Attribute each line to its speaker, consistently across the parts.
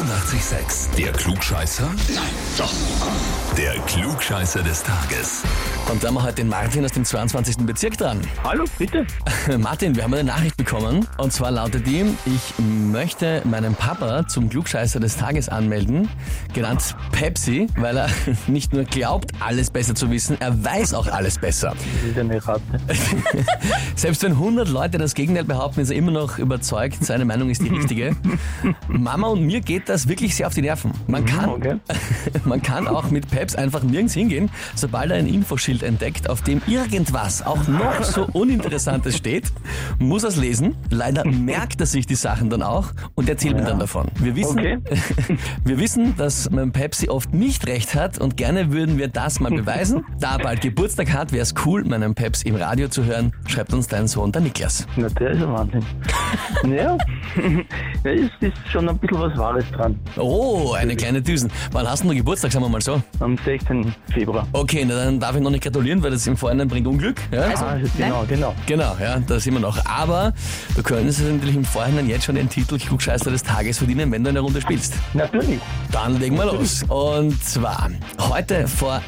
Speaker 1: 886, der Klugscheißer? Nein, doch. Der Klugscheißer des Tages.
Speaker 2: Und da haben wir heute den Martin aus dem 22. Bezirk dran.
Speaker 3: Hallo, bitte.
Speaker 2: Martin, wir haben eine Nachricht bekommen. Und zwar lautet die, ich möchte meinen Papa zum Klugscheißer des Tages anmelden, genannt Pepsi, weil er nicht nur glaubt, alles besser zu wissen, er weiß auch alles besser.
Speaker 3: Das ist eine Ratte.
Speaker 2: Selbst wenn 100 Leute das Gegenteil behaupten, ist er immer noch überzeugt, seine Meinung ist die richtige. Mama und mir geht das wirklich sehr auf die Nerven. Man kann,
Speaker 3: Mhm, Okay.
Speaker 2: man kann auch mit Peps einfach nirgends hingehen, sobald er ein Infoschild entdeckt, auf dem irgendwas auch noch so Uninteressantes steht, muss er es lesen. Leider merkt er sich die Sachen dann auch und erzählt mir dann davon. Wir wissen,
Speaker 3: Okay.
Speaker 2: wir wissen, dass mein Pepsi oft nicht recht hat und gerne würden wir das mal beweisen. Da er bald Geburtstag hat, wäre es cool, meinen Peps im Radio zu hören, schreibt uns dein Sohn, der Niklas.
Speaker 3: Na, der ist ein Wahnsinn. ja, da ist, ist schon ein bisschen was Wahres dran.
Speaker 2: Oh, eine kleine Düsen. Wann hast denn du Geburtstag, sagen wir mal so?
Speaker 3: Am 16. Februar.
Speaker 2: Okay, na, dann darf ich noch nicht gratulieren, weil das im Vorhinein bringt Unglück. Ja?
Speaker 3: ah, genau, genau.
Speaker 2: Genau, ja, da sind wir noch. Aber du könntest natürlich im Vorhinein jetzt schon den Titel Klugscheißer des Tages verdienen, wenn du eine Runde spielst.
Speaker 3: Natürlich.
Speaker 2: Dann legen wir los. Und zwar, heute vor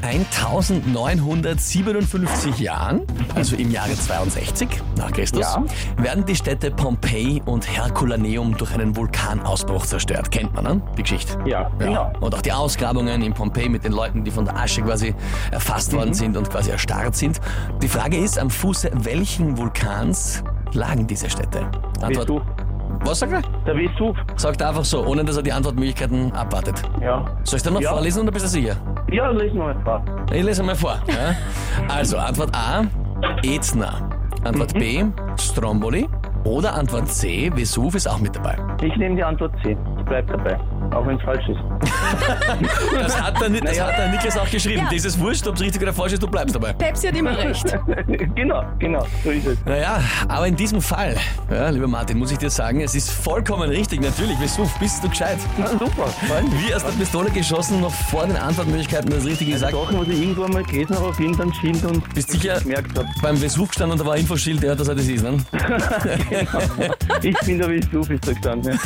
Speaker 2: 1957 Jahren, also im Jahre 62 nach Christus,
Speaker 3: Ja.
Speaker 2: werden die Städte Pompeji und Herculaneum durch einen Vulkanausbruch zerstört. Kennt man, ne? Die Geschichte.
Speaker 3: Ja,
Speaker 2: Ja.
Speaker 3: genau.
Speaker 2: Und auch die Ausgrabungen in Pompeji mit den Leuten, die von der Asche quasi erfasst worden sind und quasi erstarrt sind. Die Frage ist, am Fuße welchen Vulkans lagen diese Städte?
Speaker 3: Vesuv.
Speaker 2: Was sagt er?
Speaker 3: Der Vesuv.
Speaker 2: Sagt er einfach so, ohne dass er die Antwortmöglichkeiten abwartet.
Speaker 3: Ja.
Speaker 2: Soll ich dann noch
Speaker 3: Ja.
Speaker 2: vorlesen oder bist du sicher?
Speaker 3: Ja, lesen wir mal vor.
Speaker 2: Ich lese mal vor. Ja? Also, Antwort A, Ezna. Antwort B, Stromboli. Oder Antwort C, Vesuv ist auch mit dabei.
Speaker 3: Ich nehme die Antwort C. Ich bleib dabei. Auch wenn es falsch ist.
Speaker 2: Das hat der, Ni- das
Speaker 3: Naja.
Speaker 2: hat der Niklas auch geschrieben.
Speaker 4: Ja.
Speaker 2: Das ist wurscht, ob es richtig oder falsch ist, du bleibst dabei.
Speaker 4: Pepsi hat immer recht.
Speaker 3: genau, genau. So ist es.
Speaker 2: Naja, aber in diesem Fall, ja, lieber Martin, muss ich dir sagen, es ist vollkommen richtig. Natürlich, Vesuv, bist du gescheit.
Speaker 3: Na, super. Freut mich.
Speaker 2: Wie aus der Pistole geschossen, noch vor den Antwortmöglichkeiten das Richtige gesagt.
Speaker 3: Sachen, was ich irgendwo mal gelesen habe, auf irgendeinem Schild und
Speaker 2: Bist sicher
Speaker 3: gemerkt habe.
Speaker 2: beim Vesuv gestanden und da war ein Infoschild, ja, dass er das ist, ne?
Speaker 3: Ich bin der Vesuv, ist da gestanden.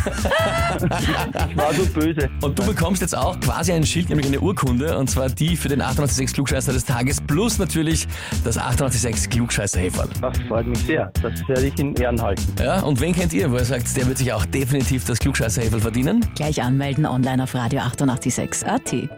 Speaker 3: ich war so böse.
Speaker 2: Und du bekommst jetzt auch quasi ein Schild, nämlich eine Urkunde, und zwar die für den 886 Klugscheißer des Tages, plus natürlich das 886 klugscheißer -Häferl.
Speaker 3: Das freut mich sehr. Das werde ich in Ehren halten.
Speaker 2: Ja, und wen kennt ihr, wo ihr sagt, der wird sich auch definitiv das klugscheißer verdienen?
Speaker 4: Gleich anmelden online auf radio886.at.